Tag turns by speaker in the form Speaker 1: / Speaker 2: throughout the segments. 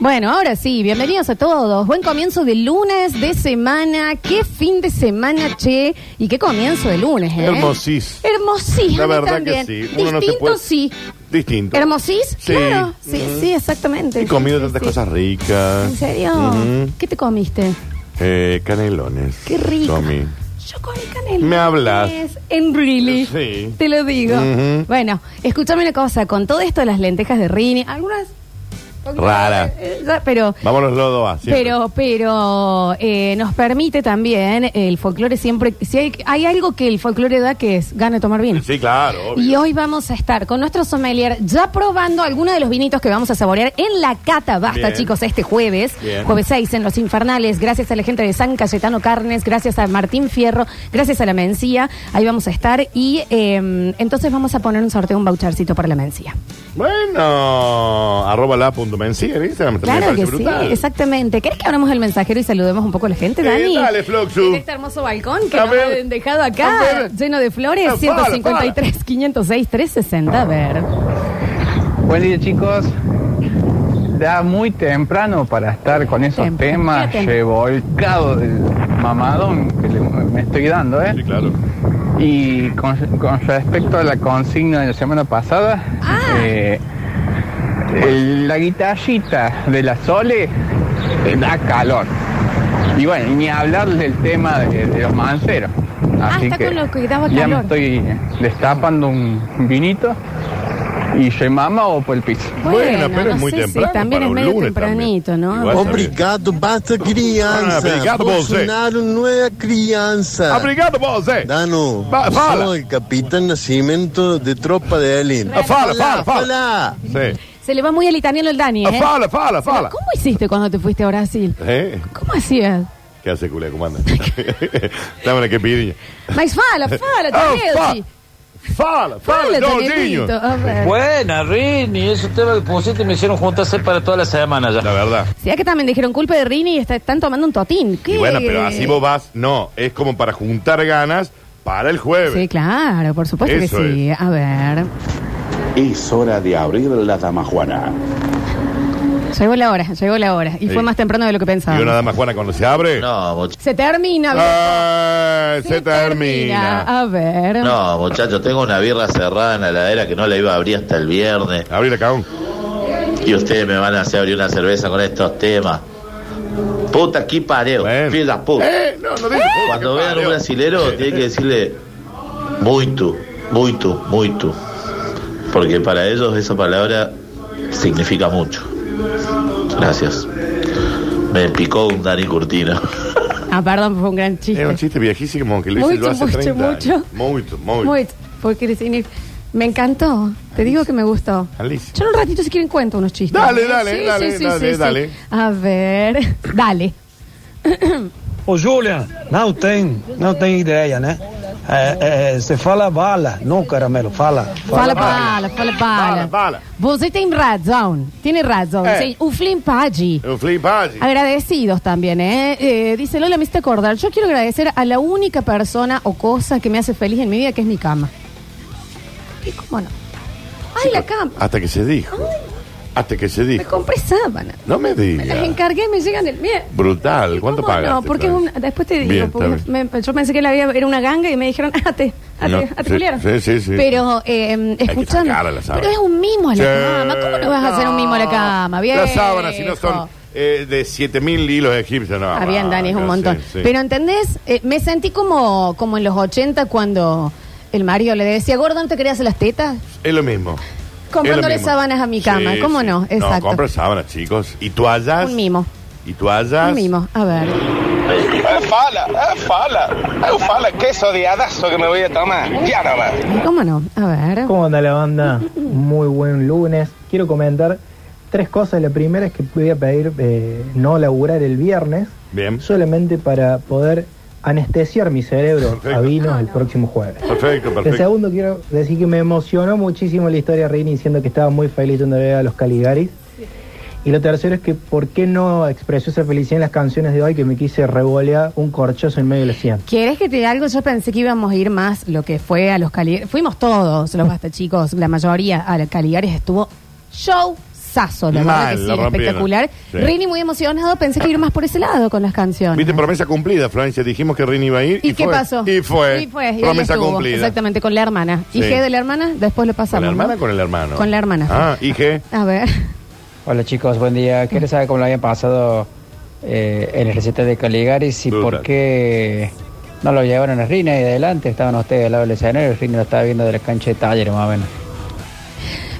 Speaker 1: Bueno, ahora sí, bienvenidos a todos. Buen comienzo de lunes, de semana. Qué fin de semana, che. Y qué comienzo de lunes, ¿eh?
Speaker 2: Hermosís.
Speaker 1: Hermosís,
Speaker 2: La
Speaker 1: a mí
Speaker 2: verdad
Speaker 1: también.
Speaker 2: que sí. Uno no se
Speaker 1: Distinto,
Speaker 2: puede-
Speaker 1: sí.
Speaker 2: Distinto.
Speaker 1: ¿Hermosís?
Speaker 2: Sí.
Speaker 1: Claro. Sí, sí, exactamente.
Speaker 2: He comido
Speaker 1: Sí,
Speaker 2: tantas
Speaker 1: sí.
Speaker 2: cosas ricas.
Speaker 1: ¿En serio?
Speaker 2: Ujú.
Speaker 1: ¿Qué te comiste?
Speaker 2: Eh, canelones.
Speaker 1: Qué rico.
Speaker 2: Comí.
Speaker 1: Yo comí canela.
Speaker 2: Me hablas.
Speaker 1: En really.
Speaker 2: Sí.
Speaker 1: Te lo digo.
Speaker 2: Ujú.
Speaker 1: Bueno, escúchame una cosa. Con todo esto de las lentejas de Rini, algunas.
Speaker 2: Rara.
Speaker 1: Eh, ya, Pero.
Speaker 2: Vámonos los dos ah, así.
Speaker 1: Pero, pero eh, nos permite también el folclore siempre. Si hay, hay algo que el folclore da que es gana de tomar vino.
Speaker 2: Sí, claro. obvio.
Speaker 1: Y hoy vamos a estar con nuestro sommelier ya probando algunos de los vinitos que vamos a saborear en la cata. Basta,
Speaker 2: Bien.
Speaker 1: chicos, este jueves,
Speaker 2: Bien.
Speaker 1: jueves 6 en Los Infernales. Gracias a la gente de San Cayetano Carnes, gracias a Martín Fierro, gracias a la Mencía. Ahí vamos a estar. Y eh, entonces vamos a poner un sorteo, un vouchercito para la Mencía.
Speaker 2: Bueno, arroba la punto mencía en Instagram también
Speaker 1: claro
Speaker 2: me
Speaker 1: que
Speaker 2: parece brutal.
Speaker 1: sí, exactamente. ¿Querés que abramos el mensajero y saludemos un poco a la gente,
Speaker 2: Eh,
Speaker 1: Dani?
Speaker 2: dale, Floxu.
Speaker 1: En este hermoso balcón que
Speaker 2: A
Speaker 1: nos
Speaker 2: ver.
Speaker 1: han dejado
Speaker 2: A
Speaker 1: acá,
Speaker 2: ver.
Speaker 1: lleno de flores,
Speaker 2: Ah, para,
Speaker 1: 153, 506, 360. A ver.
Speaker 3: Buen día chicos. Da muy temprano para estar con esos
Speaker 1: Temprano.
Speaker 3: temas
Speaker 1: Fíjate.
Speaker 3: revolcado del mamadón que le- me estoy dando,
Speaker 2: Sí,
Speaker 3: ¿eh?
Speaker 2: claro.
Speaker 3: Y con, con respecto a la consigna de la semana pasada,
Speaker 1: Ah.
Speaker 3: eh, el- la guitarrita de la Sole te da calor. Y bueno, ni hablar del tema de, de los manceros.
Speaker 1: Ah,
Speaker 3: Así
Speaker 1: está
Speaker 3: que
Speaker 1: con lo que daba
Speaker 3: ya me
Speaker 1: calor.
Speaker 3: estoy destapando un vinito y se mama o por el piso.
Speaker 2: Bueno, pero es muy
Speaker 1: si
Speaker 2: temprano
Speaker 1: también
Speaker 2: para
Speaker 1: es
Speaker 2: un
Speaker 1: medio
Speaker 2: lunes
Speaker 1: tempranito,
Speaker 2: también.
Speaker 1: ¿no?
Speaker 2: Igual Passa,
Speaker 4: Obrigado, basta
Speaker 2: Ah,
Speaker 4: criança.
Speaker 2: obrigado, você.
Speaker 4: Bolsonaro não é criança.
Speaker 2: Obrigado, vos, eh.
Speaker 4: Dano,
Speaker 2: Va- fala.
Speaker 4: soy capitán Nascimento de tropa de Alien.
Speaker 2: Ah, fala, fala, fala.
Speaker 4: fala.
Speaker 2: Sí.
Speaker 1: Se le va muy al italiano el Dani,
Speaker 2: Ah,
Speaker 1: ¿eh?
Speaker 2: Fala, fala, fala.
Speaker 1: ¿Cómo hiciste cuando te fuiste a Brasil?
Speaker 2: ¿Eh?
Speaker 1: ¿Cómo hacías?
Speaker 2: ¿Qué hace, culé? ¿Cómo anda? Dame una que piriña.
Speaker 1: Mas fala, fala,
Speaker 2: Ah,
Speaker 1: Tanelli. Fala,
Speaker 2: Fala, fala, fala, Jorginho.
Speaker 1: Tanellito. A ver.
Speaker 5: Buena, Rini, esos temas que pusiste me hicieron juntarse para toda la semana ya.
Speaker 2: La verdad.
Speaker 1: Sí, que también dijeron culpa de Rini y está- están tomando un totín. ¿Qué?
Speaker 2: Y bueno, pero así vos vas, no, es como para juntar ganas para el jueves.
Speaker 1: Sí, claro, por supuesto
Speaker 2: Eso
Speaker 1: que sí. A ver.
Speaker 6: Es hora de abrir la damajuana.
Speaker 1: Llegó la hora, llegó la hora. Y
Speaker 2: Sí.
Speaker 1: fue más temprano de lo que pensaba.
Speaker 2: Y una dama Juana cuando se abre.
Speaker 7: No, much-
Speaker 1: Se termina.
Speaker 2: Ah, se,
Speaker 1: viejo.
Speaker 2: termina.
Speaker 1: A ver.
Speaker 7: no, muchacho, tengo una birra cerrada en la heladera que no la iba a abrir hasta el viernes.
Speaker 1: Ah.
Speaker 2: Abrir la cagón.
Speaker 7: Y ustedes me van a hacer abrir una cerveza con estos temas. Puta, aquí pareo.
Speaker 2: Bueno.
Speaker 7: Fila puta.
Speaker 2: Eh, no, no dice.
Speaker 7: Cuando vean un brasilero, tiene que decirle muito, muito, muito. Porque para ellos esa palabra significa mucho. Gracias. Me picó un Dani Curtino.
Speaker 1: Ah, perdón, fue un gran chiste.
Speaker 2: Es un chiste viejísimo que lo hice
Speaker 1: Mucho,
Speaker 2: yo hace
Speaker 1: mucho,
Speaker 2: 30
Speaker 1: mucho.
Speaker 2: años. Mucho, mucho.
Speaker 1: Muy, porque decir, me encantó. Te digo que me gustó.
Speaker 2: Alicia.
Speaker 1: Yo en un ratito si quieren cuento unos chistes.
Speaker 2: Dale,
Speaker 1: ¿eh?
Speaker 2: dale, dale, dale, dale.
Speaker 1: A ver, dale.
Speaker 8: Ô Júlia, não tem, não tem ideia, né? É, é, você fala bala, não caramelo, fala.
Speaker 1: Fala bala, fala bala.
Speaker 2: Bala, bala.
Speaker 1: Você tem razão, tiene razón.
Speaker 2: Eh.
Speaker 1: Sí, un flimpaji.
Speaker 2: Un flip ah, allí.
Speaker 1: Agradecidos también, ¿eh? Eh, Dice Lola, me hiciste acordar. Yo quiero agradecer a la única persona o cosa que me hace feliz en mi vida, que es mi cama. ¿Y cómo no? Ay, la cama.
Speaker 2: Hasta que se dijo. Hasta que se
Speaker 1: Me
Speaker 2: dijo.
Speaker 1: compré sábanas.
Speaker 2: No me
Speaker 1: Me las
Speaker 2: digas.
Speaker 1: encargué y me llegan el miércoles.
Speaker 2: Brutal. ¿Cuánto
Speaker 1: ¿Cómo
Speaker 2: pagas?
Speaker 1: No, porque es una- después te digo.
Speaker 2: Bien,
Speaker 1: porque
Speaker 2: está bien.
Speaker 1: me- yo pensé que la había- era una ganga y me dijeron, "Ah, ate, ate,
Speaker 2: No,
Speaker 1: ate,
Speaker 2: sí,
Speaker 1: culiaron".
Speaker 2: sí, sí, sí.
Speaker 1: Pero, eh, escuchando.
Speaker 2: sacarla, la sábana.
Speaker 1: Pero es un mimo a la
Speaker 2: Sí.
Speaker 1: cama. ¿Cómo no vas a hacer un mimo a la cama? Bien.
Speaker 2: Las sábanas, si no son
Speaker 1: hijo.
Speaker 2: eh, de 7000 hilos egipcios, no.
Speaker 1: Ah, bien, Dani, es un montón.
Speaker 2: sí, sí.
Speaker 1: Pero, ¿entendés? Eh, me sentí como, como en los 80 cuando el Mario le decía, Gordo, ¿no te creas las tetas?
Speaker 2: Es lo mismo.
Speaker 1: Comprándole
Speaker 2: Es lo mismo.
Speaker 1: sábanas a mi cama, ¿cómo no? Exacto.
Speaker 2: No, compra sábanas, chicos. Y toallas.
Speaker 1: Un mimo.
Speaker 2: Y toallas.
Speaker 1: Un mimo. A ver.
Speaker 9: fala, fala, fala, qué sodiadazo que me voy a tomar. Ya nomás.
Speaker 1: ¿Cómo no? A ver.
Speaker 10: ¿Cómo anda la banda? Muy buen lunes. Quiero comentar tres cosas. La primera es que voy a pedir eh, no laburar el viernes,
Speaker 2: Bien.
Speaker 10: solamente para poder anestesiar mi cerebro
Speaker 2: Perfecto.
Speaker 10: a vinos el próximo jueves.
Speaker 2: Perfecto,
Speaker 10: El
Speaker 2: perfecto.
Speaker 10: segundo quiero decir que me emocionó muchísimo la historia de Rini diciendo que estaba muy feliz cuando veía a los Caligaris. Y lo tercero es que por qué no expresó esa felicidad en las canciones de hoy que me quise revolear un corchazo en medio de la sien.
Speaker 1: ¿Quieres que te diga algo? Yo pensé que íbamos a ir más lo que fue a los Caligares. Fuimos todos los basta chicos, la mayoría a los Caligares estuvo show discazazo, la verdad
Speaker 2: Mal,
Speaker 1: que sí,
Speaker 2: la
Speaker 1: era
Speaker 2: rompieron.
Speaker 1: espectacular.
Speaker 2: Sí.
Speaker 1: Rini muy emocionado, pensé que iba más por ese lado con las canciones.
Speaker 2: Viste, promesa cumplida, Florencia. Dijimos que Rini iba a ir.
Speaker 1: ¿Y, qué
Speaker 2: fue.
Speaker 1: pasó?
Speaker 2: Y fue.
Speaker 1: Y fue. y ahí
Speaker 2: promesa
Speaker 1: estuvo,
Speaker 2: cumplida.
Speaker 1: Exactamente, con la hermana.
Speaker 2: Sí.
Speaker 1: ¿Y qué de la hermana? Después lo pasamos.
Speaker 2: ¿Con la
Speaker 1: ¿no?
Speaker 2: hermana o con el hermano?
Speaker 1: Con la hermana.
Speaker 2: Ah, ¿y qué?
Speaker 1: A ver.
Speaker 3: Hola chicos, buen día. Quiero saber cómo lo habían pasado eh, en el receta de Caligaris y por qué no lo llevaron a Rina y adelante estaban ustedes al lado del escenario. Rina lo estaba viendo de la cancha de taller más o menos.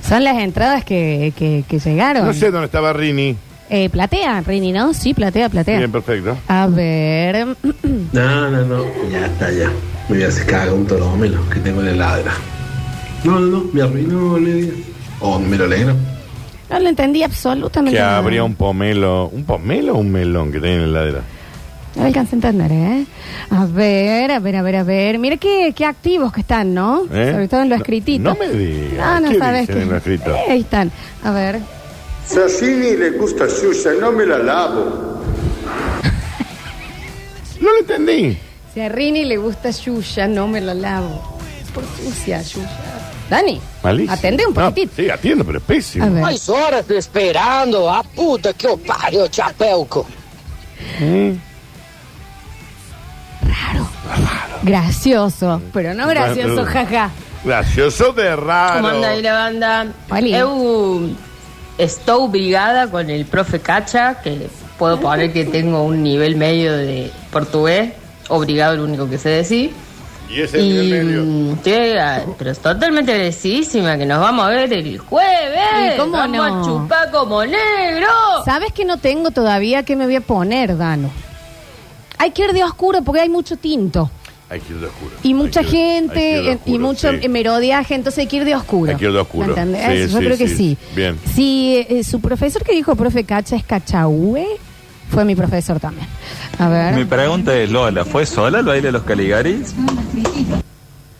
Speaker 1: Son las entradas que, que, que llegaron.
Speaker 2: No sé dónde estaba Rini.
Speaker 1: Eh, platea, Rini, ¿no? Sí, platea, platea.
Speaker 2: Bien, perfecto.
Speaker 1: A ver.
Speaker 7: No, no, no, ya está, ya. Me voy a hacer cagar un toromelo que tengo en la heladera. No, no, no, me arruinó, le digas. Oh, me lo alegro.
Speaker 1: No lo entendí absolutamente.
Speaker 2: Que
Speaker 1: nada.
Speaker 2: habría un pomelo. ¿Un pomelo o un melón que tenía en la heladera?
Speaker 1: No alcancé a entender, ¿eh? A ver, a ver, a ver, a ver. Mira qué, qué activos que están, ¿no?
Speaker 2: ¿Eh?
Speaker 1: Sobre todo en lo
Speaker 2: No-
Speaker 1: escritito.
Speaker 2: No, me digas.
Speaker 1: Ah, no
Speaker 2: ¿Qué
Speaker 1: sabes
Speaker 2: dicen
Speaker 1: qué.
Speaker 2: en lo escrito?
Speaker 1: Eh, ahí están. A ver.
Speaker 11: Sashimi le gusta suya y no me la lavo.
Speaker 2: No lo entendí.
Speaker 1: Si a Rini le gusta Yuya, no me la lavo. Por sucia, Yuya. Dani,
Speaker 2: Malísimo.
Speaker 1: atende un
Speaker 2: No,
Speaker 1: poquitito.
Speaker 2: sí, atiendo, pero es pésimo.
Speaker 1: A ver.
Speaker 12: Mais horas te esperando, a puta que eu pariu, chapéuco.
Speaker 2: ¿Eh?
Speaker 1: Gracioso, pero no gracioso,
Speaker 2: Bueno.
Speaker 1: jaja.
Speaker 2: Gracioso de raro.
Speaker 13: ¿Cómo anda ahí la banda?
Speaker 1: Oli.
Speaker 13: Eu estoy obligada con el profe Cacha, que
Speaker 1: Ah.
Speaker 13: puedo poner que tengo un nivel medio de portugués, obligado el único que sé decir.
Speaker 2: Y ese
Speaker 13: Y
Speaker 2: nivel medio.
Speaker 13: estoy, ah, pero es totalmente agradecidísima que nos vamos a ver el jueves.
Speaker 1: ¿Y cómo
Speaker 13: vamos
Speaker 1: no?
Speaker 13: a chupar como negro.
Speaker 1: ¿Sabes que no tengo todavía qué me voy a poner, Dano? Hay que ir de oscuro porque hay mucho tinto.
Speaker 2: Hay que ir de oscuro.
Speaker 1: Y mucha
Speaker 2: Hay que- hay que ir de
Speaker 1: gente, eh, y
Speaker 2: oscuro,
Speaker 1: mucho
Speaker 2: sí.
Speaker 1: eh, merodeaje, entonces hay que ir de oscuro.
Speaker 2: Hay que ir de oscuro.
Speaker 1: ¿Me entendés?
Speaker 2: Sí,
Speaker 1: Yo
Speaker 2: sí,
Speaker 1: creo que
Speaker 2: sí.
Speaker 1: sí.
Speaker 2: Bien.
Speaker 1: Si eh, su profesor que dijo profe Cacha es Cachaúe, fue mi profesor también. A ver.
Speaker 14: Mi pregunta es, Lola, ¿fue sola el baile de los Caligaris?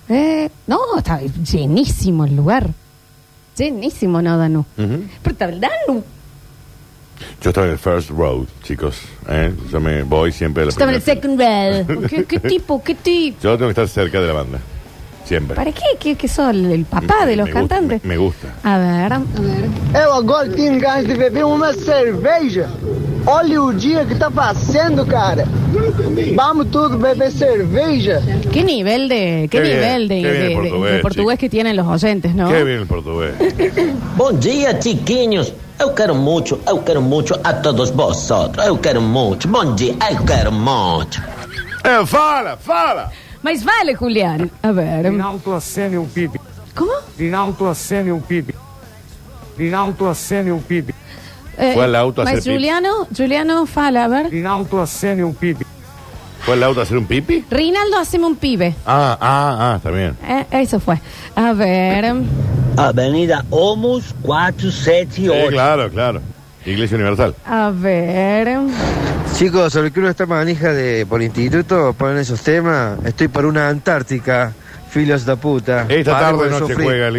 Speaker 1: Eh, no, está llenísimo el lugar. Llenísimo, no, Danu.
Speaker 2: Ujú.
Speaker 1: Pero está el Danu.
Speaker 2: Yo estaba en el first road, chicos. ¿eh? Yo me voy siempre a la
Speaker 1: Estaba en
Speaker 2: primera
Speaker 1: el second row. ¿Qué, qué tipo? ¿Qué tipo?
Speaker 2: fila. Yo tengo que estar cerca de la banda. Siempre.
Speaker 1: ¿Para qué? ¿Qué, qué son? ¿El papá de los
Speaker 2: Me gusta,
Speaker 1: cantantes?
Speaker 2: Me, me gusta.
Speaker 1: A ver, a ver.
Speaker 15: Eu agora tenho ganas de beber uma cerveja. Olha o dia que tá passando, cara. Vamos tudo beber cerveja.
Speaker 1: ¿Qué nivel de, qué
Speaker 15: Qué bien,
Speaker 1: nivel de,
Speaker 15: qué bien
Speaker 1: de-
Speaker 15: el
Speaker 1: de-
Speaker 15: portugués,
Speaker 1: de portugués que tienen los oyentes, no?
Speaker 2: Qué bien el portugués.
Speaker 12: Bom dia, chiquinhos. Eu quero muito, eu quero muito a todos vosotros. Eu quero muito. Bom dia, eu quero muito.
Speaker 2: Eh, fala, fala.
Speaker 1: Mas vale, Julián. A ver.
Speaker 16: Rinaldo acene o PIB.
Speaker 1: ¿Cómo?
Speaker 16: Rinaldo acene o PIB. Rinaldo acene o PIB.
Speaker 1: Eh,
Speaker 2: Fue al auto a
Speaker 1: mas
Speaker 2: hacer pis.
Speaker 1: Juliano, Juliano fala, a ver.
Speaker 16: Rinaldo acene o PIB.
Speaker 2: ¿Fue el auto a hacer un pipi?
Speaker 1: Rinaldo, haceme un pibe.
Speaker 2: Ah, ah, ah, está bien.
Speaker 1: Eh, eso fue. A ver.
Speaker 17: Avenida Homus 478.
Speaker 2: Sí, claro, claro. Iglesia Universal.
Speaker 1: A ver.
Speaker 18: Chicos, sobre que uno está manija de por instituto, ponen esos temas. Estoy por una Antártica, filos de puta.
Speaker 2: Esta
Speaker 18: Paremos
Speaker 2: tarde
Speaker 18: de
Speaker 2: noche
Speaker 18: sufrir.
Speaker 2: juega el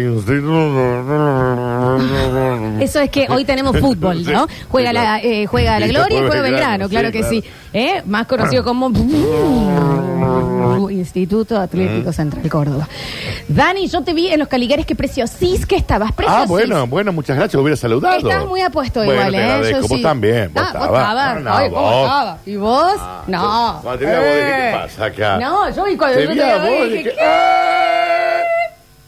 Speaker 2: Instituto.
Speaker 1: Eso es que hoy tenemos fútbol, ¿no?
Speaker 2: Sí,
Speaker 1: Juega
Speaker 2: sí,
Speaker 1: la,
Speaker 2: claro.
Speaker 1: eh, juega la
Speaker 2: Sí,
Speaker 1: Gloria y
Speaker 2: juega
Speaker 1: juega Belgrano,
Speaker 2: Belgrano,
Speaker 1: claro
Speaker 2: sí,
Speaker 1: que sí. ¿Eh? Más conocido como Instituto Atlético
Speaker 2: Mm.
Speaker 1: Central Córdoba. Dani, yo te vi en los caligares que preciosís que estabas, preciosís.
Speaker 2: Ah, bueno, bueno, muchas gracias. Hubiera saludado.
Speaker 1: Estás muy apuesto
Speaker 2: Bueno,
Speaker 1: igual,
Speaker 2: te
Speaker 1: ¿eh?
Speaker 2: agradezco.
Speaker 1: Yo
Speaker 2: Vos
Speaker 1: sí.
Speaker 2: también, vos
Speaker 1: ah, vos
Speaker 2: estabas.
Speaker 1: estabas.
Speaker 2: No, no,
Speaker 1: Ay, ¿cómo
Speaker 2: vos.
Speaker 1: estabas? ¿Y vos? no.
Speaker 2: Cuando te vi a vos, dije, ¿qué pasa acá?
Speaker 1: No, yo vi cuando
Speaker 2: Te
Speaker 1: yo
Speaker 2: vi
Speaker 1: te
Speaker 2: a
Speaker 1: vi,
Speaker 2: vos,
Speaker 1: dije,
Speaker 2: dije, "Ah,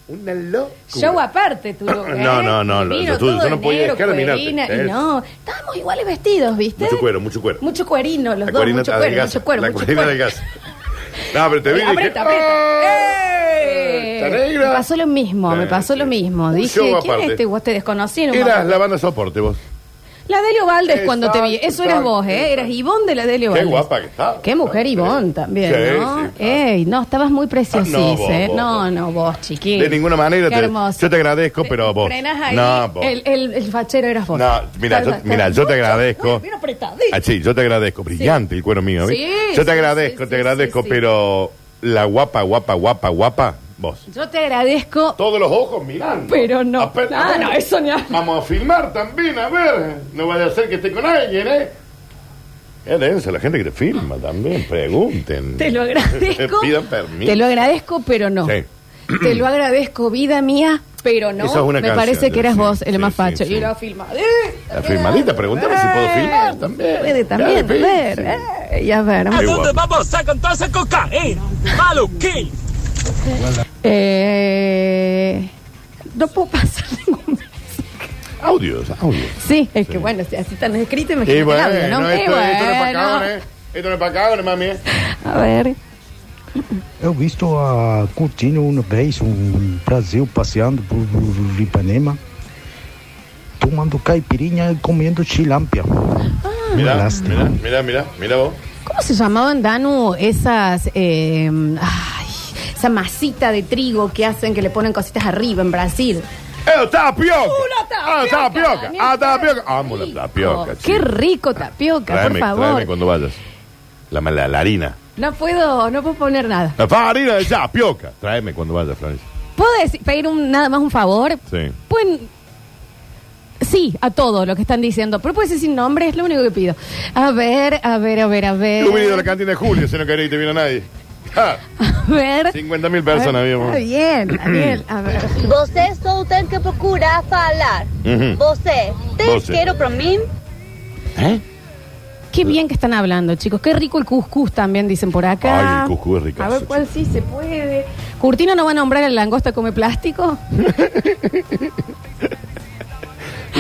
Speaker 1: ¿qué?
Speaker 2: Una loca.
Speaker 1: Show aparte, tú loca, ¿eh?
Speaker 2: No, no, no, lo-
Speaker 1: Vino
Speaker 2: lo tuyo,
Speaker 1: todo
Speaker 2: yo no
Speaker 1: de
Speaker 2: podía
Speaker 1: negro,
Speaker 2: dejar de mirarte,
Speaker 1: cuerina,
Speaker 2: ¿eh?
Speaker 1: Y no, estábamos iguales vestidos, ¿viste?
Speaker 2: Mucho cuero, mucho cuero.
Speaker 1: Mucho cuerino, los
Speaker 2: La
Speaker 1: dos,
Speaker 2: cuerina
Speaker 1: mucho cuero,
Speaker 2: adelgaza,
Speaker 1: mucho cuero,
Speaker 2: La
Speaker 1: mucho
Speaker 2: cuerina
Speaker 1: cuero.
Speaker 2: adelgaza. No, pero te vi y dije, "Ah,
Speaker 1: Aprieta, aprieta. ¡Eh!
Speaker 2: ¡Oh! ¿está negra?
Speaker 1: Me pasó lo mismo, me
Speaker 2: Sí,
Speaker 1: pasó lo mismo.
Speaker 2: Un
Speaker 1: Dije,
Speaker 2: show
Speaker 1: ¿quién
Speaker 2: aparte.
Speaker 1: es este? Vos te desconocí en un
Speaker 2: Eras
Speaker 1: momento.
Speaker 2: la banda soporte vos.
Speaker 1: La Delio Valdés cuando te vi.
Speaker 2: Exacto,
Speaker 1: Eso eras vos, ¿eh? Eras Ivonne de la Delio
Speaker 2: Qué
Speaker 1: Valdés.
Speaker 2: guapa que estaba.
Speaker 1: Qué mujer Ivonne también,
Speaker 2: Sí,
Speaker 1: ¿no?
Speaker 2: sí,
Speaker 1: Ey, no, estabas muy preciosís,
Speaker 2: Ah, no, vos,
Speaker 1: ¿eh?
Speaker 2: vos,
Speaker 1: no, no, vos, chiquín.
Speaker 2: De ninguna manera.
Speaker 1: Qué
Speaker 2: te-
Speaker 1: hermoso.
Speaker 2: yo te agradezco, pero vos.
Speaker 1: Frenás ahí,
Speaker 2: No, vos.
Speaker 1: el, el, el fachero eras vos.
Speaker 2: No, mira, yo, mira, yo te agradezco.
Speaker 1: Bien apretadito.
Speaker 2: Ah, sí, yo te agradezco. Brillante el cuero mío. ¿ves?
Speaker 1: Sí,
Speaker 2: yo
Speaker 1: sí,
Speaker 2: te agradezco,
Speaker 1: sí, sí,
Speaker 2: te agradezco,
Speaker 1: sí, sí.
Speaker 2: pero la guapa, guapa, guapa, guapa, vos.
Speaker 1: Yo te agradezco.
Speaker 2: Todos los ojos mirando.
Speaker 1: Pero no.
Speaker 2: Apenas-
Speaker 1: Ah, no, eso ni a-
Speaker 2: Vamos a filmar también, a ver. No vaya a ser que esté con alguien, ¿eh? Es denso, la gente que te filma también, pregunten.
Speaker 1: Te lo agradezco.
Speaker 2: Pidan permiso.
Speaker 1: Te lo agradezco, pero no.
Speaker 2: Sí.
Speaker 1: Te lo agradezco, vida mía, Pero no,
Speaker 2: Esa es una
Speaker 1: me
Speaker 2: canción,
Speaker 1: parece que eras
Speaker 2: sí,
Speaker 1: vos el
Speaker 2: sí,
Speaker 1: más
Speaker 2: sí,
Speaker 1: facho.
Speaker 2: sí.
Speaker 1: Y era filmado.
Speaker 2: La filmadita, pregúntame si puedo filmar también.
Speaker 1: Eh, Puede también,
Speaker 2: Dale,
Speaker 1: a ver.
Speaker 2: sí.
Speaker 1: eh, y a ver.
Speaker 2: ¿A dónde
Speaker 19: vamos a cantar esa cocaína? Maluquín.
Speaker 1: Eh, no puedo pasar ningún.
Speaker 2: Audios, audios.
Speaker 1: Sí, es que bueno, si así están escritos, Pues me
Speaker 2: Y bueno,
Speaker 1: audio, ¿no?
Speaker 2: no,
Speaker 1: Y
Speaker 2: esto, esto no es para
Speaker 1: bueno.
Speaker 2: cagones, ¿eh? Esto no es para cagones, mami. ¿eh?
Speaker 1: A ver.
Speaker 20: Eu visto a curtindo uma vez um Brasil passeando por por Ipanema, tomando caipirinha e comendo chilampia.
Speaker 2: Mirá,
Speaker 20: lástima.
Speaker 2: mirá, mirá, mirá, mirá vos.
Speaker 1: ¿Cómo se llamaban, Danu, esas. eh, ay, esa masita de trigo que hacen que le ponen cositas arriba en Brasil?
Speaker 2: ¡Eh, tapioca!
Speaker 1: ¡Una
Speaker 2: ¡Ah, tapioca!
Speaker 1: Daniel,
Speaker 2: ¡Ah, tapioca! ¡Amo la tapioca!
Speaker 1: ¡Qué rico tapioca,
Speaker 2: Tráeme,
Speaker 1: por favor!
Speaker 2: tráeme cuando vayas. La, la, la harina.
Speaker 1: No puedo, no puedo poner nada.
Speaker 2: La fa- harina de tapioca. Tráeme cuando vayas, Florencia.
Speaker 1: ¿Puedo decir- pedir un, nada más un favor?
Speaker 2: Sí.
Speaker 1: Pueden. Sí, a todo lo que están diciendo. Pero puede ser sin nombre, es lo único que pido. A ver, a ver, a ver, a ver.
Speaker 2: Yo vine de la cantina de Julio, si no quería y te vino nadie. Ja,
Speaker 1: A ver.
Speaker 2: 50.000 personas, habíamos.
Speaker 1: Está bien, está bien. A ver.
Speaker 21: Vocês só têm que procurar falar.
Speaker 2: Uhum.
Speaker 21: Você tem
Speaker 2: Você.
Speaker 21: isqueiro para mim?
Speaker 1: Qué bien que están hablando, chicos. Qué rico el cuscús también, dicen por acá.
Speaker 2: Ay, el cuscús es
Speaker 1: A
Speaker 2: ricazo,
Speaker 1: ver cuál sí se puede. ¿Curtino no va a nombrar el langosta come plástico?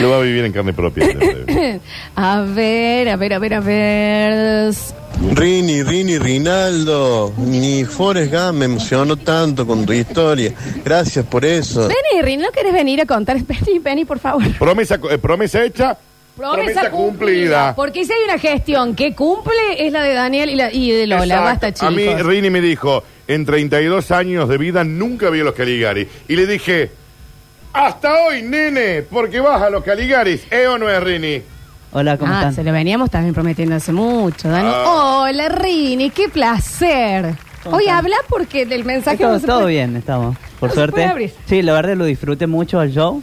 Speaker 2: Lo va a vivir en carne propia.
Speaker 1: a ver, a ver, a ver, a ver.
Speaker 4: Rini, Rini, Rinaldo, ni Forrest Gump me emocionó tanto con tu historia. Gracias por eso.
Speaker 1: Vení, Rin, ¿no querés venir a contar? Vení, vení, por favor.
Speaker 2: promesa, eh, promesa hecha. Promesa cumplida.
Speaker 1: Porque si hay una gestión que cumple, es la de Daniel y, la, y de Lola.
Speaker 2: Exacto.
Speaker 1: Basta, chicos.
Speaker 2: A mí Rini me dijo, en 32 años de vida nunca vi a los Caligari. Y le dije, hasta hoy, nene, porque vas a los Caligaris. ¿Eh o no es Rini?
Speaker 13: Hola,
Speaker 2: ¿cómo
Speaker 1: ah,
Speaker 2: están?
Speaker 1: se lo veníamos también prometiendo hace mucho, Dani.
Speaker 2: Ah.
Speaker 1: Hola, Rini, qué placer. Hoy habla porque del mensaje
Speaker 13: Todo,
Speaker 1: no se
Speaker 13: todo
Speaker 1: puede-
Speaker 13: bien, estamos. Por
Speaker 1: No se puede abrir.
Speaker 13: suerte. Sí, la verdad lo disfruté mucho al show.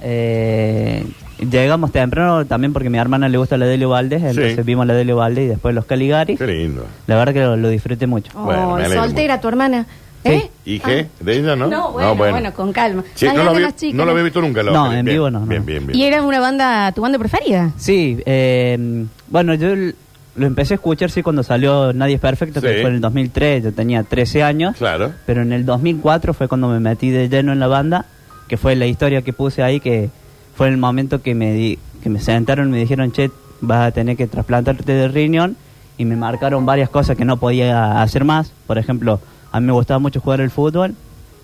Speaker 13: Eh, llegamos temprano también porque a mi hermana le gusta la Delio Valdés, entonces vimos la Delio Valdés y después los Caligari. Qué
Speaker 2: lindo.
Speaker 13: La verdad que lo, lo disfruté mucho.
Speaker 1: Oh, soltera, tu hermana. ¿Eh?
Speaker 2: ¿Y qué? ¿De ella no?
Speaker 1: No, bueno, bueno, con calma.
Speaker 2: Sí,
Speaker 1: Ay,
Speaker 2: no, lo
Speaker 1: eran
Speaker 2: había,
Speaker 1: más chicas,
Speaker 2: no lo había visto nunca.
Speaker 13: No,
Speaker 2: en vivo no, Bien, bien, bien.
Speaker 1: ¿Y era una banda, tu banda preferida?
Speaker 13: Sí, eh, bueno, yo l- lo empecé a escuchar sí cuando salió Nadie es Perfecto,
Speaker 2: Sí.
Speaker 13: que fue en el 2003, yo tenía 13 años.
Speaker 2: Claro.
Speaker 13: Pero en el 2004 fue cuando me metí de lleno en la banda, que fue la historia que puse ahí, que fue el momento que me, di- que me sentaron y me dijeron, che, vas a tener que trasplantarte de riñón, y me marcaron varias cosas que no podía hacer más. Por ejemplo, a mí me gustaba mucho jugar el fútbol,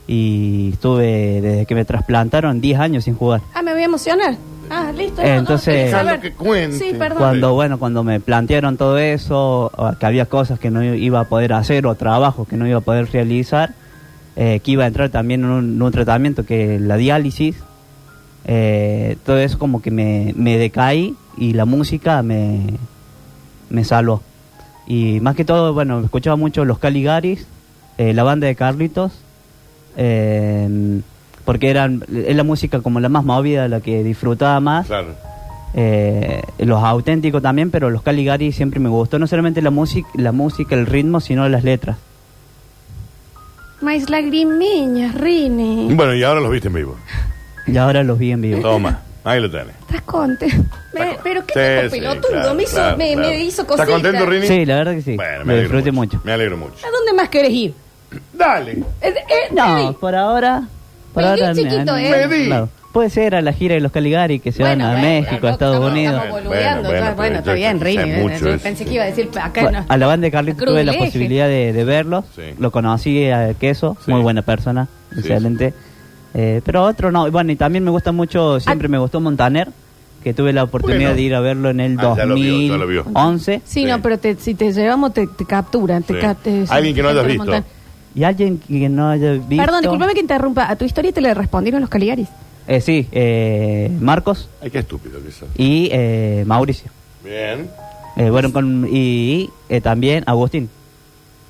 Speaker 13: y estuve desde que me trasplantaron 10 años sin jugar.
Speaker 1: Ah, me voy a emocionar. Ah, listo. no, no,
Speaker 13: Entonces,
Speaker 1: quería saber. Sí, perdón.
Speaker 13: cuando bueno, cuando me plantearon todo eso, o que había cosas que no iba a poder hacer o trabajos que no iba a poder realizar, eh, que iba a entrar también en un, en un tratamiento que es la diálisis, eh, todo eso como que me, me decaí y la música me, me salvó. Y más que todo, bueno, escuchaba mucho los Caligaris, eh, la banda de Carlitos, eh, porque eran, es la música como la más movida, la que disfrutaba más. Eh, los auténticos también, pero los Caligari siempre me gustó, no solamente la música, la música, el ritmo, sino las letras.
Speaker 1: Mais lagrimiñas, Rini.
Speaker 2: Bueno, y ahora los viste en vivo.
Speaker 13: Y ahora los vi en vivo.
Speaker 2: Toma, ahí lo tenés.
Speaker 1: Estás contento. Me- pero qué tipo pelotudo. me hizo, me, me hizo cositas.
Speaker 2: ¿Estás contento, Rini?
Speaker 13: Sí, la verdad que sí.
Speaker 2: me
Speaker 13: lo
Speaker 2: alegro
Speaker 13: disfruté mucho.
Speaker 2: Me alegro mucho.
Speaker 1: ¿A dónde más querés ir?
Speaker 2: Dale.
Speaker 1: Eh, eh,
Speaker 13: No, por ahora. Por
Speaker 1: Pedí
Speaker 13: ahora
Speaker 1: chiquito,
Speaker 13: no,
Speaker 1: ¿eh?
Speaker 13: no,
Speaker 1: Pedí.
Speaker 13: no. Puede ser a la gira de los Caligari que se van a México, a Estados Unidos.
Speaker 1: boludeando, ya, bueno, está bien, Rini. bueno, yo pensé que iba a decir acá.
Speaker 13: Bueno,
Speaker 1: no.
Speaker 13: a la banda de Carlitos
Speaker 1: Cruz
Speaker 13: tuve la
Speaker 1: del Eje.
Speaker 13: posibilidad de, de verlo. Lo conocí a Queso, muy buena persona, excelente. Eh, pero otro no. Bueno, y también me gusta mucho, siempre
Speaker 1: Ah.
Speaker 13: me gustó Montaner, que tuve la oportunidad
Speaker 1: Bueno.
Speaker 13: de ir a verlo en el
Speaker 2: Ah, ya lo vio, ya lo vio.
Speaker 13: 2011.
Speaker 1: Sí, no, pero te- si te llevamos, te, te capturan. Te,
Speaker 13: Sí.
Speaker 1: ca- te-
Speaker 13: Alguien que no hayas
Speaker 1: te
Speaker 13: visto.
Speaker 1: montan.
Speaker 13: Y alguien que no haya visto.
Speaker 1: Perdón, discúlpame que interrumpa. A tu historia te le respondieron los Caligaris.
Speaker 13: Eh, sí, eh, Marcos.
Speaker 2: Ay, qué estúpido que sos.
Speaker 13: Y eh, Mauricio.
Speaker 2: Bien.
Speaker 13: Eh, bueno, con, y, eh, también Agustín.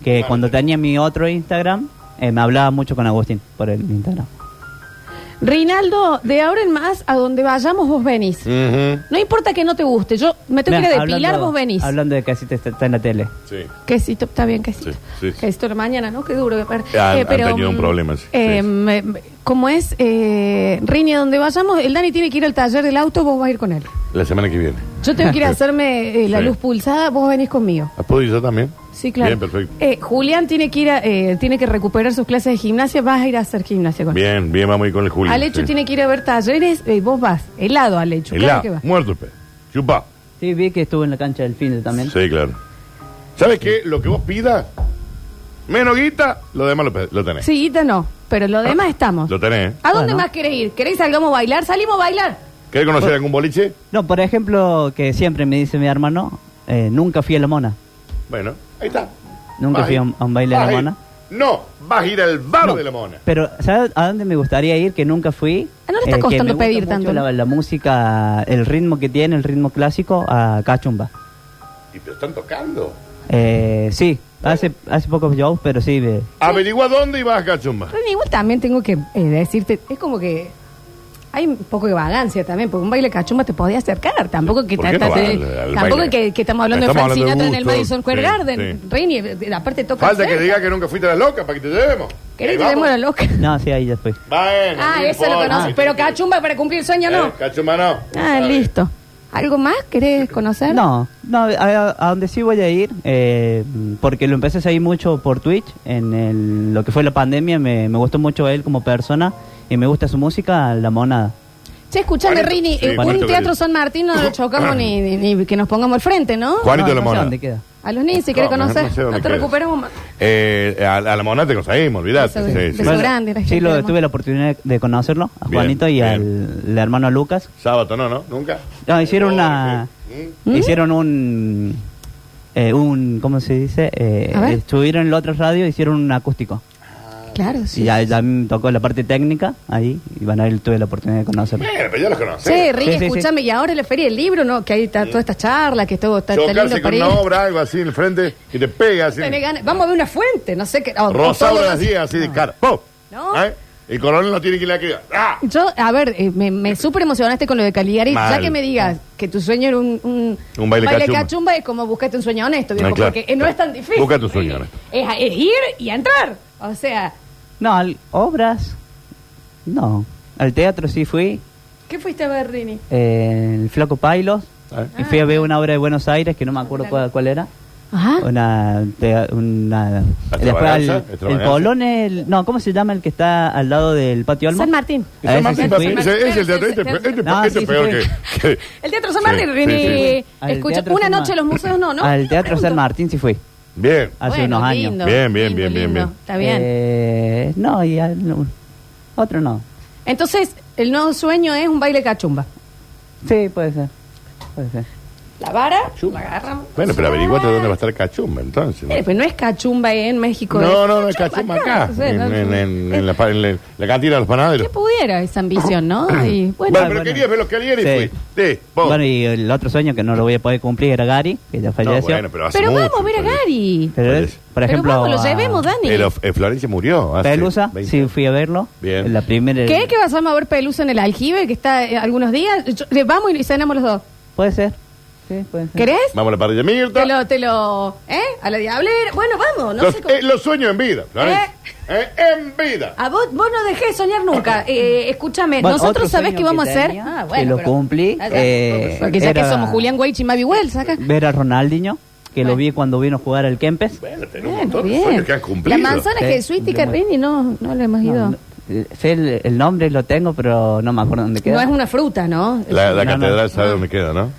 Speaker 13: Que cuando tenía mi otro Instagram, eh, me hablaba mucho con Agustín por el Instagram.
Speaker 1: Rinaldo, de ahora en más, a donde vayamos vos venís.
Speaker 2: Ujú.
Speaker 1: No importa que no te guste, yo me tengo
Speaker 13: Mira,
Speaker 1: que ir a
Speaker 13: hablando-
Speaker 1: depilar, vos venís.
Speaker 13: Hablando de que así te está, está en la tele.
Speaker 2: Sí.
Speaker 1: Quesito, está bien, quesito.
Speaker 2: Sí, sí, sí.
Speaker 1: Quesito de la mañana, ¿no? Qué duro que per-
Speaker 2: Eh, han-
Speaker 1: Eh,
Speaker 2: han tenido un
Speaker 1: mm,
Speaker 2: problema, sí.
Speaker 1: eh, me- me- Como es, eh, Rini, a donde vayamos, el Dani tiene que ir al taller del auto, vos vas a ir con él.
Speaker 2: La semana que viene.
Speaker 1: Yo tengo que ir a hacerme eh, la
Speaker 2: Sí.
Speaker 1: luz pulsada, vos venís conmigo.
Speaker 2: ¿Ah, ¿Puedo ir yo también?
Speaker 1: Sí, claro.
Speaker 2: Bien, perfecto.
Speaker 1: Eh, Julián tiene que ir a, eh, tiene que recuperar sus clases de gimnasia, vas a ir a hacer gimnasia con él.
Speaker 2: Bien, bien, vamos a ir con el Julio.
Speaker 1: Alecho
Speaker 2: sí.
Speaker 1: tiene que ir a ver talleres, eh, vos vas, helado Alecho,
Speaker 2: El
Speaker 1: claro
Speaker 2: A,
Speaker 1: que vas.
Speaker 2: muerto el pez. Chupa.
Speaker 13: Sí, vi que estuvo en la cancha del fin de también.
Speaker 2: Sí, claro. ¿Sabes qué? Lo que vos pidas, menos guita, lo demás lo, pe- lo tenés.
Speaker 1: Sí, Guita no, pero lo demás estamos.
Speaker 2: Ah, Lo tenés. ¿eh?
Speaker 1: ¿A dónde más querés ir? ¿Querés que salgamos a bailar? ¿Salimos a bailar?
Speaker 2: ¿Querés conocer algún boliche?
Speaker 13: No, por ejemplo, que siempre me dice mi hermano, eh, nunca fui a la mona.
Speaker 2: Bueno, ahí está.
Speaker 13: Nunca
Speaker 2: Vas
Speaker 13: fui a un, a un baile de
Speaker 2: Vas
Speaker 13: la
Speaker 2: a ir-
Speaker 13: mona.
Speaker 2: No, vas a ir al bar de la mona.
Speaker 13: Pero, ¿sabes a dónde me gustaría ir que nunca fui? Eh,
Speaker 1: Ah, no le está
Speaker 13: que
Speaker 1: costando
Speaker 13: me gusta
Speaker 1: pedir
Speaker 13: mucho
Speaker 1: tanto, ¿no?
Speaker 13: La, la música, el ritmo que tiene, el ritmo clásico, a cachumba.
Speaker 2: Y te están tocando.
Speaker 13: Eh, sí, hace, hace pocos shows, pero sí. eh,
Speaker 2: Averigua dónde y vas a Cachumba.
Speaker 1: Pero igual también tengo que eh, decirte, es como que hay un poco de vagancia también, porque un baile cachumba te podía acercar, tampoco que
Speaker 2: ¿Por qué no
Speaker 1: tratas
Speaker 2: va
Speaker 1: de-
Speaker 2: al- al
Speaker 1: tampoco
Speaker 2: baile?
Speaker 1: que, que estamos hablando
Speaker 2: Estamos
Speaker 1: de
Speaker 2: hablando
Speaker 1: Frank
Speaker 2: de
Speaker 1: Sinatra en el
Speaker 2: gusto,
Speaker 1: Madison Square
Speaker 2: sí,
Speaker 1: Garden, Reini, eh, aparte toca
Speaker 2: Falta que
Speaker 1: cerca.
Speaker 2: diga que nunca fuiste a la loca para que te llevemos.
Speaker 1: ¿Querés que te
Speaker 2: Ahí
Speaker 1: demos
Speaker 2: vamos.
Speaker 1: la loca?
Speaker 13: no, sí, ahí ya fui.
Speaker 2: Bueno,
Speaker 1: Ah,
Speaker 2: no
Speaker 1: eso lo
Speaker 2: importa.
Speaker 1: conoces, pero cachumba para cumplir sueño no.
Speaker 2: Eh, Cachumba no.
Speaker 1: Ah, listo. ¿Algo más querés conocer?
Speaker 13: No, no a, a donde sí voy a ir, eh, porque lo empecé a seguir mucho por Twitch, en el- lo que fue la pandemia, me, me gustó mucho él como persona y me gusta su música, La Monada.
Speaker 1: Che, escuchame,
Speaker 13: Juanito,
Speaker 1: Rini,
Speaker 13: sí,
Speaker 1: eh, un
Speaker 13: Juanito
Speaker 1: teatro
Speaker 13: querido.
Speaker 1: San Martín no lo chocamos ni, ni- ni que nos pongamos al frente, ¿no?
Speaker 2: Juanito
Speaker 13: No,
Speaker 2: la
Speaker 13: no sé
Speaker 2: mona.
Speaker 13: dónde queda.
Speaker 1: A los niños, si querés
Speaker 2: No, no
Speaker 1: conocer,
Speaker 2: sé
Speaker 1: no,
Speaker 2: dónde
Speaker 1: te
Speaker 2: queda.
Speaker 1: recuperamos más.
Speaker 2: Eh, a, a la mona te conseguimos, olvidate.
Speaker 1: Beso-
Speaker 2: Sí, sí.
Speaker 1: beso grande, la gente
Speaker 13: Sí, lo-
Speaker 1: hermosa.
Speaker 13: tuve la oportunidad de conocerlo, a
Speaker 2: Bien,
Speaker 13: Juanito y al, al hermano Lucas.
Speaker 2: Sábado no, ¿no? Nunca.
Speaker 13: No,
Speaker 2: Oh,
Speaker 13: hicieron una.
Speaker 2: ¿Mm?
Speaker 1: ¿Mm?
Speaker 13: Hicieron un. eh, un ¿Cómo se dice? Eh,
Speaker 1: A ver.
Speaker 13: estuvieron en la otra radio hicieron un acústico.
Speaker 1: Claro,
Speaker 13: y
Speaker 1: sí.
Speaker 13: ya, ya me tocó la parte técnica ahí. Y van a ver, tuve la oportunidad de conocerlo.
Speaker 2: Bueno, pero ya los conocemos.
Speaker 1: Che, Rini,
Speaker 13: Sí, sí, sí.
Speaker 1: escúchame, y ahora la feria del libro, ¿no? Que ahí está toda esta charla, que todo está, está lindo
Speaker 2: Chocarse con
Speaker 1: para ir.
Speaker 2: una obra, algo así en el frente, y te pega así.
Speaker 1: Tenés ganas- Vamos a ver una fuente, no sé qué. oh,
Speaker 2: Rosado
Speaker 1: todo-
Speaker 2: las 10, así
Speaker 13: Ah.
Speaker 2: de cara. ¡Pum!
Speaker 1: No.
Speaker 2: ¿Eh? El coronel no tiene que ir a criar. ¡Ah!
Speaker 1: Yo, a ver, eh, me, me súper emocionaste con lo de Caligari. Ya
Speaker 2: Mal.
Speaker 1: que me digas que tu sueño era un, un,
Speaker 2: Un baile cachumba.
Speaker 1: cachumba, es como buscaste un sueño honesto, viejo,
Speaker 2: Ah, claro.
Speaker 1: porque eh, no es tan difícil.
Speaker 2: Busca tu sueño. Ana.
Speaker 1: Es, es ir y entrar. O sea,
Speaker 13: No, al- obras. No. Al teatro sí fui.
Speaker 1: ¿qué fuiste a ver, Rini?
Speaker 13: eh, el Flaco Pailos. Y Eh, fui a ver una obra de Buenos Aires que no me acuerdo cuál, cuál era.
Speaker 1: Ah, Ajá.
Speaker 13: Una. te- una después al-
Speaker 2: Extravaganza,
Speaker 13: el
Speaker 2: extravaganza.
Speaker 13: Polón, el- no, ¿cómo se llama el que está al lado del Patio Alma?
Speaker 1: San Martín.
Speaker 13: A ese
Speaker 2: San Martín,
Speaker 13: sí
Speaker 2: papi,
Speaker 13: fui. Ah,
Speaker 2: ese- ese es el teatro, este-
Speaker 1: Claro, sí,
Speaker 2: este-
Speaker 13: sí,
Speaker 2: este
Speaker 13: sí,
Speaker 2: es peor
Speaker 13: sí.
Speaker 2: que- que-
Speaker 1: El Teatro San Martín,
Speaker 2: Sí,
Speaker 1: Rini.
Speaker 2: sí,
Speaker 13: Al
Speaker 1: Escucha,
Speaker 13: Teatro
Speaker 1: una
Speaker 13: San
Speaker 1: noche
Speaker 13: Mar-
Speaker 1: en los museos, no, ¿no?
Speaker 13: Al Teatro San Martín sí fui.
Speaker 2: Bien.
Speaker 13: Hace
Speaker 1: Bueno,
Speaker 13: unos
Speaker 1: lindo,
Speaker 13: años.
Speaker 2: Bien, bien,
Speaker 1: lindo,
Speaker 2: bien, bien,
Speaker 1: lindo.
Speaker 2: bien.
Speaker 1: Está bien.
Speaker 13: Eh, no, y al- no, otro no.
Speaker 1: Entonces, el nuevo sueño es un baile cachumba.
Speaker 13: Sí, puede ser. Puede ser.
Speaker 1: La vara, la agarran.
Speaker 2: Bueno, pero averiguate dónde va a estar Cachumba, entonces. ¿no?
Speaker 1: Eh, pero no es cachumba eh, en México.
Speaker 2: No, no, no,
Speaker 1: es
Speaker 2: es Cachumba acá.
Speaker 1: o sea,
Speaker 2: En,
Speaker 1: no-
Speaker 2: en- en- en la, pa- en la- en la cantina de los panaderos.
Speaker 1: que pudiera esa ambición, ¿no? Y, bueno,
Speaker 2: Bueno, pero querías ver los Caligari y
Speaker 13: Sí.
Speaker 2: fuiste. Sí, vos.
Speaker 13: Bueno, y el otro sueño que no lo voy a poder cumplir era Gary, que ya
Speaker 2: No,
Speaker 13: falleció.
Speaker 2: bueno, pero hace
Speaker 1: pero
Speaker 2: mucho.
Speaker 1: vamos a ver a Gary.
Speaker 13: Pero él, por ejemplo,
Speaker 1: pero vamos,
Speaker 13: a
Speaker 1: lo llevemos, Dani.
Speaker 2: Pero, eh, Florencia murió. hace
Speaker 13: Pelusa,
Speaker 2: 20.
Speaker 13: sí fui a verlo. En La primera.
Speaker 1: ¿Qué? ¿Que vas a ver Pelusa en el aljibe que está eh, algunos días? Yo- le vamos y cenamos los dos.
Speaker 13: Puede ser. Sí, puede ser.
Speaker 1: ¿Querés?
Speaker 2: Vamos a la parrilla
Speaker 1: Te
Speaker 2: Mirta.
Speaker 1: lo, te lo, ¿eh? A la diablera. Bueno, vamos, no
Speaker 2: los,
Speaker 1: sé cómo.
Speaker 2: eh, los sueños en vida, Florencia. Eh, en vida.
Speaker 1: A vos, vos no dejés de soñar nunca. Eh, escúchame,
Speaker 13: Bueno, otro
Speaker 1: nosotros sabés
Speaker 13: sueño
Speaker 1: qué vamos a
Speaker 13: que
Speaker 1: hacer.
Speaker 13: tenía,
Speaker 1: Ah,
Speaker 13: que lo
Speaker 1: pero-
Speaker 13: cumplí.
Speaker 1: Ah, ya.
Speaker 13: eh,
Speaker 1: Porque ya que
Speaker 13: era
Speaker 1: somos Julián Weich y Mavi Wells acá.
Speaker 13: Ver a Ronaldinho, que lo vi cuando vino a jugar al Kempes.
Speaker 2: Tenés un
Speaker 1: Bueno,
Speaker 2: montón de
Speaker 1: bien.
Speaker 2: sueños que has cumplido.
Speaker 1: La manzana
Speaker 13: Sí.
Speaker 1: jesuítica, Rini, no, no lo hemos ido. No,
Speaker 13: Eh, Sé el, el nombre, lo tengo, pero no me acuerdo dónde queda.
Speaker 1: es una fruta, ¿no?
Speaker 2: La, la
Speaker 13: No, no.
Speaker 2: catedral sabe dónde queda, ¿no?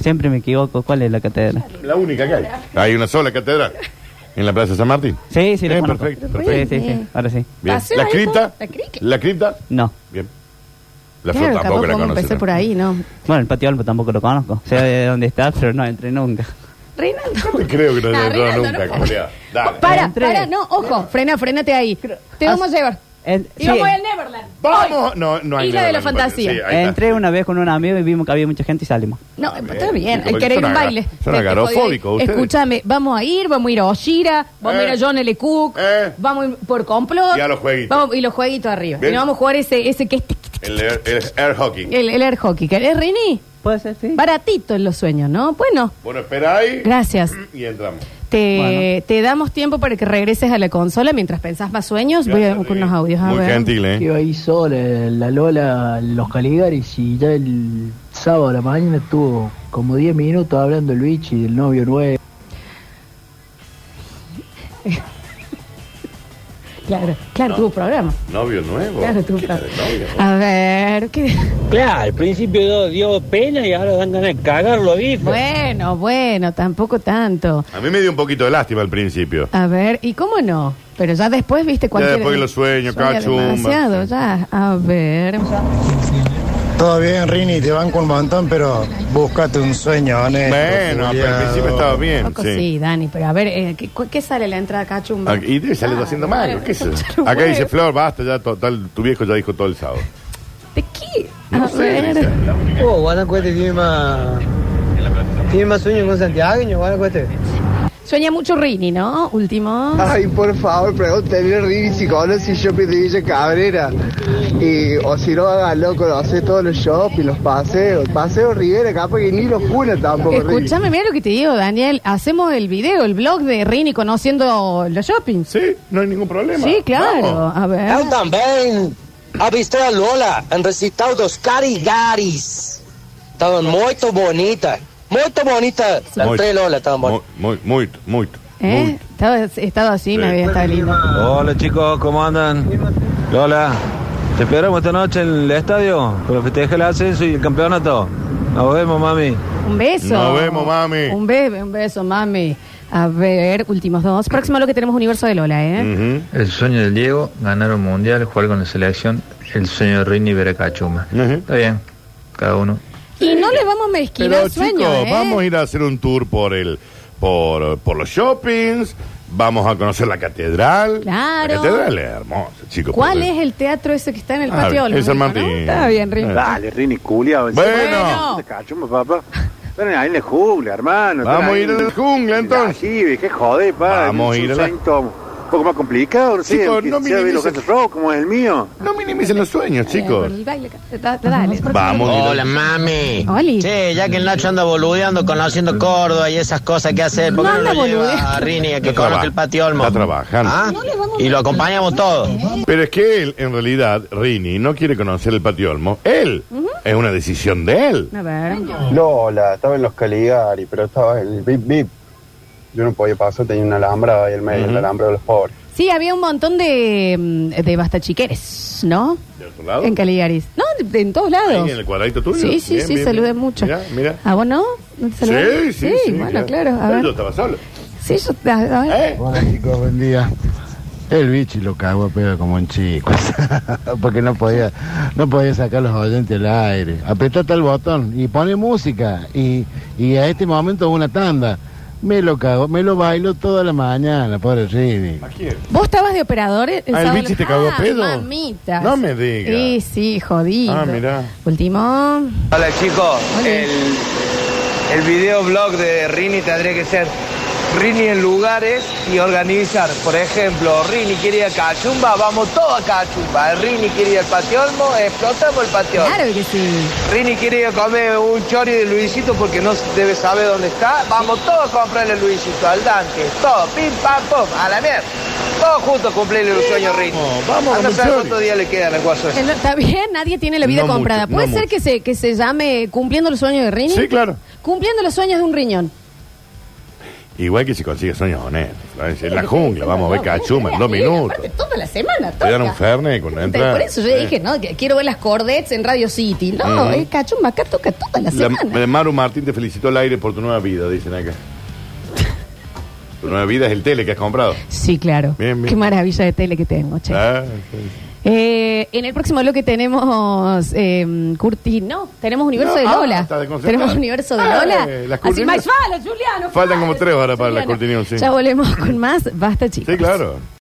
Speaker 13: Siempre me equivoco. ¿Cuál es la catedral?
Speaker 2: La única que hay. Hay una sola catedral. En la Plaza San Martín.
Speaker 13: Sí, sí, la
Speaker 2: Eh,
Speaker 13: conozco.
Speaker 2: perfecto,
Speaker 13: Sí,
Speaker 2: perfecto.
Speaker 13: sí, sí, Ahora sí.
Speaker 2: Bien.
Speaker 1: Paseo
Speaker 2: ¿La
Speaker 1: ahí
Speaker 2: cripta?
Speaker 1: por- la cripta.
Speaker 2: ¿La cripta?
Speaker 13: No.
Speaker 2: Bien. La
Speaker 1: claro,
Speaker 2: flor tampoco
Speaker 1: capaz
Speaker 2: la
Speaker 1: podemos
Speaker 2: conoce.
Speaker 1: empezar
Speaker 2: ¿no?
Speaker 1: por ahí, ¿no?
Speaker 13: Bueno, el patio Albo tampoco lo conozco. Sé de dónde está, pero no entré nunca.
Speaker 1: Reinaldo.
Speaker 2: Creo que no
Speaker 1: Nah,
Speaker 2: entró
Speaker 1: Rinaldo,
Speaker 2: nunca,
Speaker 1: no.
Speaker 2: Julián. Dale.
Speaker 1: Para, para, no, ojo, frena, frenate ahí. Te vamos a llevar.
Speaker 13: En-
Speaker 1: Y vamos
Speaker 13: sí.
Speaker 1: al Neverland.
Speaker 2: Vamos.
Speaker 1: Hoy.
Speaker 2: No, no hay
Speaker 1: Isla de la
Speaker 2: Neverland,
Speaker 1: fantasía.
Speaker 2: sí, ahí está.
Speaker 13: Entré una vez con un amigo y vimos que había mucha gente y salimos.
Speaker 1: No, está bien,
Speaker 13: Porque
Speaker 1: hay que ir a
Speaker 13: son
Speaker 1: un
Speaker 13: aga-
Speaker 1: baile.
Speaker 13: son
Speaker 1: Te- te
Speaker 13: agarofóbicos
Speaker 1: podía ir.
Speaker 13: ustedes.
Speaker 1: Escúchame, vamos a ir, vamos a ir a Oshira, vamos a ir a John L. Cook, vamos a ir por complot.
Speaker 2: Eh. Y a los jueguitos.
Speaker 1: Vamos- y los jueguitos arriba.
Speaker 2: ¿Ves?
Speaker 1: Y nos vamos a jugar ese, ese que este es tic,
Speaker 2: El, air- el air hockey.
Speaker 1: el, el air hockey. que- ¿Es Rini?
Speaker 13: Puede ser, sí.
Speaker 1: Baratito en los sueños, ¿no? Bueno,
Speaker 2: Bueno, espera ahí.
Speaker 1: Gracias.
Speaker 2: Y entramos.
Speaker 1: te, te damos tiempo para que regreses a la consola mientras pensás más sueños. Voy a buscar unos audios. A ver.
Speaker 2: ¿eh?
Speaker 3: Iba ahí sola, la Lola, los Caligaris, y ya el sábado a la mañana estuvo como 10 minutos hablando el bichi del novio nuevo.
Speaker 1: Claro, claro,
Speaker 3: No.
Speaker 1: tuvo programa.
Speaker 2: Novio nuevo.
Speaker 1: Claro, tuvo programa. A ver, ¿qué?
Speaker 22: Claro, al principio dio, dio pena y ahora dan ganas de cagarlo, ¿viste?
Speaker 1: Bueno, bueno, tampoco tanto.
Speaker 2: A mí me dio un poquito de lástima al principio.
Speaker 1: A ver, ¿y cómo no? Pero ya después, viste,
Speaker 2: Ya
Speaker 1: cualquier...
Speaker 2: después que lo sueño,
Speaker 1: Sueña
Speaker 2: cachumba.
Speaker 1: demasiado, ya. A ver.
Speaker 5: Todo bien, Rini, te banco un montón, pero búscate un sueño honesto.
Speaker 2: Bueno, pero al principio estaba bien.
Speaker 1: Poco sí.
Speaker 2: Sí.
Speaker 1: Dani, pero a ver, eh, ¿qué, cu- qué sale la entrada cachumba?
Speaker 2: Ah, Y debe salir 200 más. ¿Qué es eso? Acá dice Flor, basta, ya total, tu viejo ya dijo todo el sábado.
Speaker 1: ¿De qué? A ver.
Speaker 3: Oh, Guanajuato tiene más. Tiene más sueño con Santiago, Guanajuato.
Speaker 1: Sueña mucho Rini, ¿no? Último.
Speaker 23: Ay, por favor, pregúntale a Rini si conoce shopping de Villa Cabrera. Y, o si no, hágalo, conoce todos los shopping, los paseos. Paseo Rivera, capaz que ni los cuna tampoco, Rini.
Speaker 1: Escúchame, mira lo que te digo, Daniel. Hacemos el video, el blog de Rini conociendo los shopping.
Speaker 2: Sí, no hay ningún problema.
Speaker 1: Sí, claro. A ver.
Speaker 22: Yo también avisté a Lola en recitado dos carigaris. Estaban muy bonitas. Muy bonitas. Las
Speaker 2: Muy.
Speaker 22: tres Lola estaban bonitas.
Speaker 2: Muy, muy, muy.
Speaker 1: ¿Eh? Estaba, estaba así, me había estado lindo.
Speaker 24: Hola chicos, ¿cómo andan? Lola, te esperamos esta noche en el estadio para festejar el ascenso y el campeonato. Nos vemos, mami.
Speaker 1: Un beso.
Speaker 24: Nos vemos, mami.
Speaker 1: Un bebé, un beso, mami. A ver, últimos dos. Próximo lo que tenemos Universo de Lola, ¿eh?
Speaker 6: El sueño del Diego, ganar un mundial, jugar con la selección. El sueño de Rini, ver a Cachuma. Está bien, cada uno.
Speaker 1: Y no le vamos a mezquinar
Speaker 2: Pero
Speaker 1: sueño,
Speaker 2: chicos,
Speaker 1: ¿eh?
Speaker 2: vamos a ir a hacer un tour por el por, por los shoppings, vamos a conocer la catedral.
Speaker 1: Claro.
Speaker 2: La catedral es hermosa, chicos.
Speaker 1: ¿Cuál
Speaker 2: por-
Speaker 1: es el teatro ese que está en el
Speaker 2: Ah,
Speaker 1: patio?
Speaker 2: el San Martín. Eh.
Speaker 1: Está bien, Rini.
Speaker 7: Dale, Rini, culiao.
Speaker 2: Bueno.
Speaker 7: Se cachumba, papá. Pero ahí en la jungla, hermano.
Speaker 2: Vamos a ir a la
Speaker 7: jungla, entonces. Sí, qué jode, pa.
Speaker 2: Vamos a
Speaker 7: Es
Speaker 2: ir
Speaker 7: un
Speaker 2: a la-
Speaker 7: sueño Un poco más complicado, no sé.
Speaker 2: Chicos,
Speaker 7: que
Speaker 2: no
Speaker 7: sea de los
Speaker 2: minimicen-
Speaker 7: gatos rojos como es el mío. No minimicen los sueños,
Speaker 1: Por el baile, da- da- dale.
Speaker 6: Hola, mami.
Speaker 1: Oli.
Speaker 6: Che, ya que el Nacho anda boludeando, conociendo Córdoba y esas cosas que hace, ¿por qué
Speaker 1: No
Speaker 6: no,
Speaker 1: anda
Speaker 6: lo lleva
Speaker 1: boludeando.
Speaker 6: a Rini a que
Speaker 2: Está
Speaker 6: conozca
Speaker 2: traba-
Speaker 6: el patio Olmo?
Speaker 2: Está trabajando.
Speaker 6: ¿Ah? Y lo acompañamos todos.
Speaker 2: Pero es que él, en realidad, Rini, no quiere conocer el patio Olmo. Él. Es una decisión de él.
Speaker 1: A ver.
Speaker 17: Lola, estaba en los Caligari, pero estaba el bip bip. Yo no podía pasar, tenía una alambrada ahí en medio, el alambre de los pobres.
Speaker 1: Sí, había un montón de, mm, de bastachiqueres, ¿no?
Speaker 2: ¿De otro lado?
Speaker 1: En Caligaris. No, de, de- en todos lados.
Speaker 2: Ahí en el cuadradito tuyo.
Speaker 1: Sí, sí,
Speaker 2: Bien,
Speaker 1: sí,
Speaker 2: bien,
Speaker 1: saludé
Speaker 2: bien.
Speaker 1: mucho.
Speaker 2: Mirá, mirá.
Speaker 1: ¿A vos no? ¿No te
Speaker 2: Sí, sí,
Speaker 1: saludé?
Speaker 2: sí.
Speaker 1: bueno,
Speaker 2: mirá. Eh.
Speaker 1: claro. A
Speaker 2: Pero
Speaker 1: ver.
Speaker 2: Yo estaba solo.
Speaker 1: Sí, yo. A, a ver.
Speaker 18: Hola chicos, buen día. El bichi lo cagó a pedo como un chico. Porque no podía, no podía sacar los oyentes al aire. Apretate el botón y pone música. Y, y a este momento una tanda. Me lo cago, me lo bailo toda la mañana, pobre Rini.
Speaker 1: ¿Vos estabas de operador el
Speaker 18: Ah, el
Speaker 1: sábado?
Speaker 18: bichi te cagó a
Speaker 1: Ah,
Speaker 18: pedo.
Speaker 1: mamitas.
Speaker 18: No me digas.
Speaker 1: Sí, sí, jodido.
Speaker 18: Ah, mirá.
Speaker 1: Último.
Speaker 25: Hola chicos, el, el videoblog de Rini tendría que ser Rini en lugares y organizar. Por ejemplo, Rini quiere ir a Cachumba, vamos todos a Cachumba. Rini quiere ir al Patiolmo, explotamos el Patiolmo.
Speaker 1: Claro que sí.
Speaker 25: Rini quiere ir a comer un chori de Luisito porque no debe saber dónde está. Vamos todos a comprarle a Luisito, al Dante, todo, pim, pam, pum, a la mierda. Todos juntos cumplirle los sueños, Rini.
Speaker 2: vamos a
Speaker 25: Anda a
Speaker 2: comer
Speaker 25: saber
Speaker 2: chori.
Speaker 25: cuántos días le quedan al guaso ese.
Speaker 1: Eh, no, Está bien, nadie tiene la vida
Speaker 25: No
Speaker 1: comprada.
Speaker 25: mucho,
Speaker 1: ¿Puede
Speaker 25: no
Speaker 1: ser
Speaker 25: mucho.
Speaker 1: que se, que se llame Cumpliendo los sueños de Rini?
Speaker 2: Sí, claro.
Speaker 1: Cumpliendo los sueños de un riñón.
Speaker 2: Igual que si consigues sueños honestos. ¿sabes? En la jungla, vamos a ver cachuma en dos minutos.
Speaker 1: Toda la semana,
Speaker 2: Te dan un fernet cuando ¿eh? entras.
Speaker 1: Por eso yo dije, no, que quiero ver las cordettes en Radio City. No,
Speaker 2: Ujú.
Speaker 1: es cachumba, acá toca toda la,
Speaker 2: La-
Speaker 1: semana.
Speaker 2: eh, Maru Martín te felicitó al aire por tu nueva vida, dicen acá. tu nueva vida es el tele que has comprado.
Speaker 1: Sí, claro.
Speaker 2: Bien, bien.
Speaker 1: Qué maravilla de tele que tengo, che.
Speaker 2: Ah, sí.
Speaker 1: Eh, en el próximo bloque tenemos eh, Curti, no, tenemos Universo
Speaker 2: No,
Speaker 1: de
Speaker 2: ah,
Speaker 1: Lola.
Speaker 2: está desconcertada.
Speaker 1: tenemos Universo de
Speaker 2: Ah,
Speaker 1: Lola.
Speaker 2: eh, las
Speaker 1: Así,
Speaker 2: curtinas-
Speaker 1: más, fala, Juliano.
Speaker 2: Faltan como tres horas para la
Speaker 1: Juliano.
Speaker 2: cortina, sí.
Speaker 1: Ya volvemos con más. Basta, chicos.
Speaker 2: Sí, claro.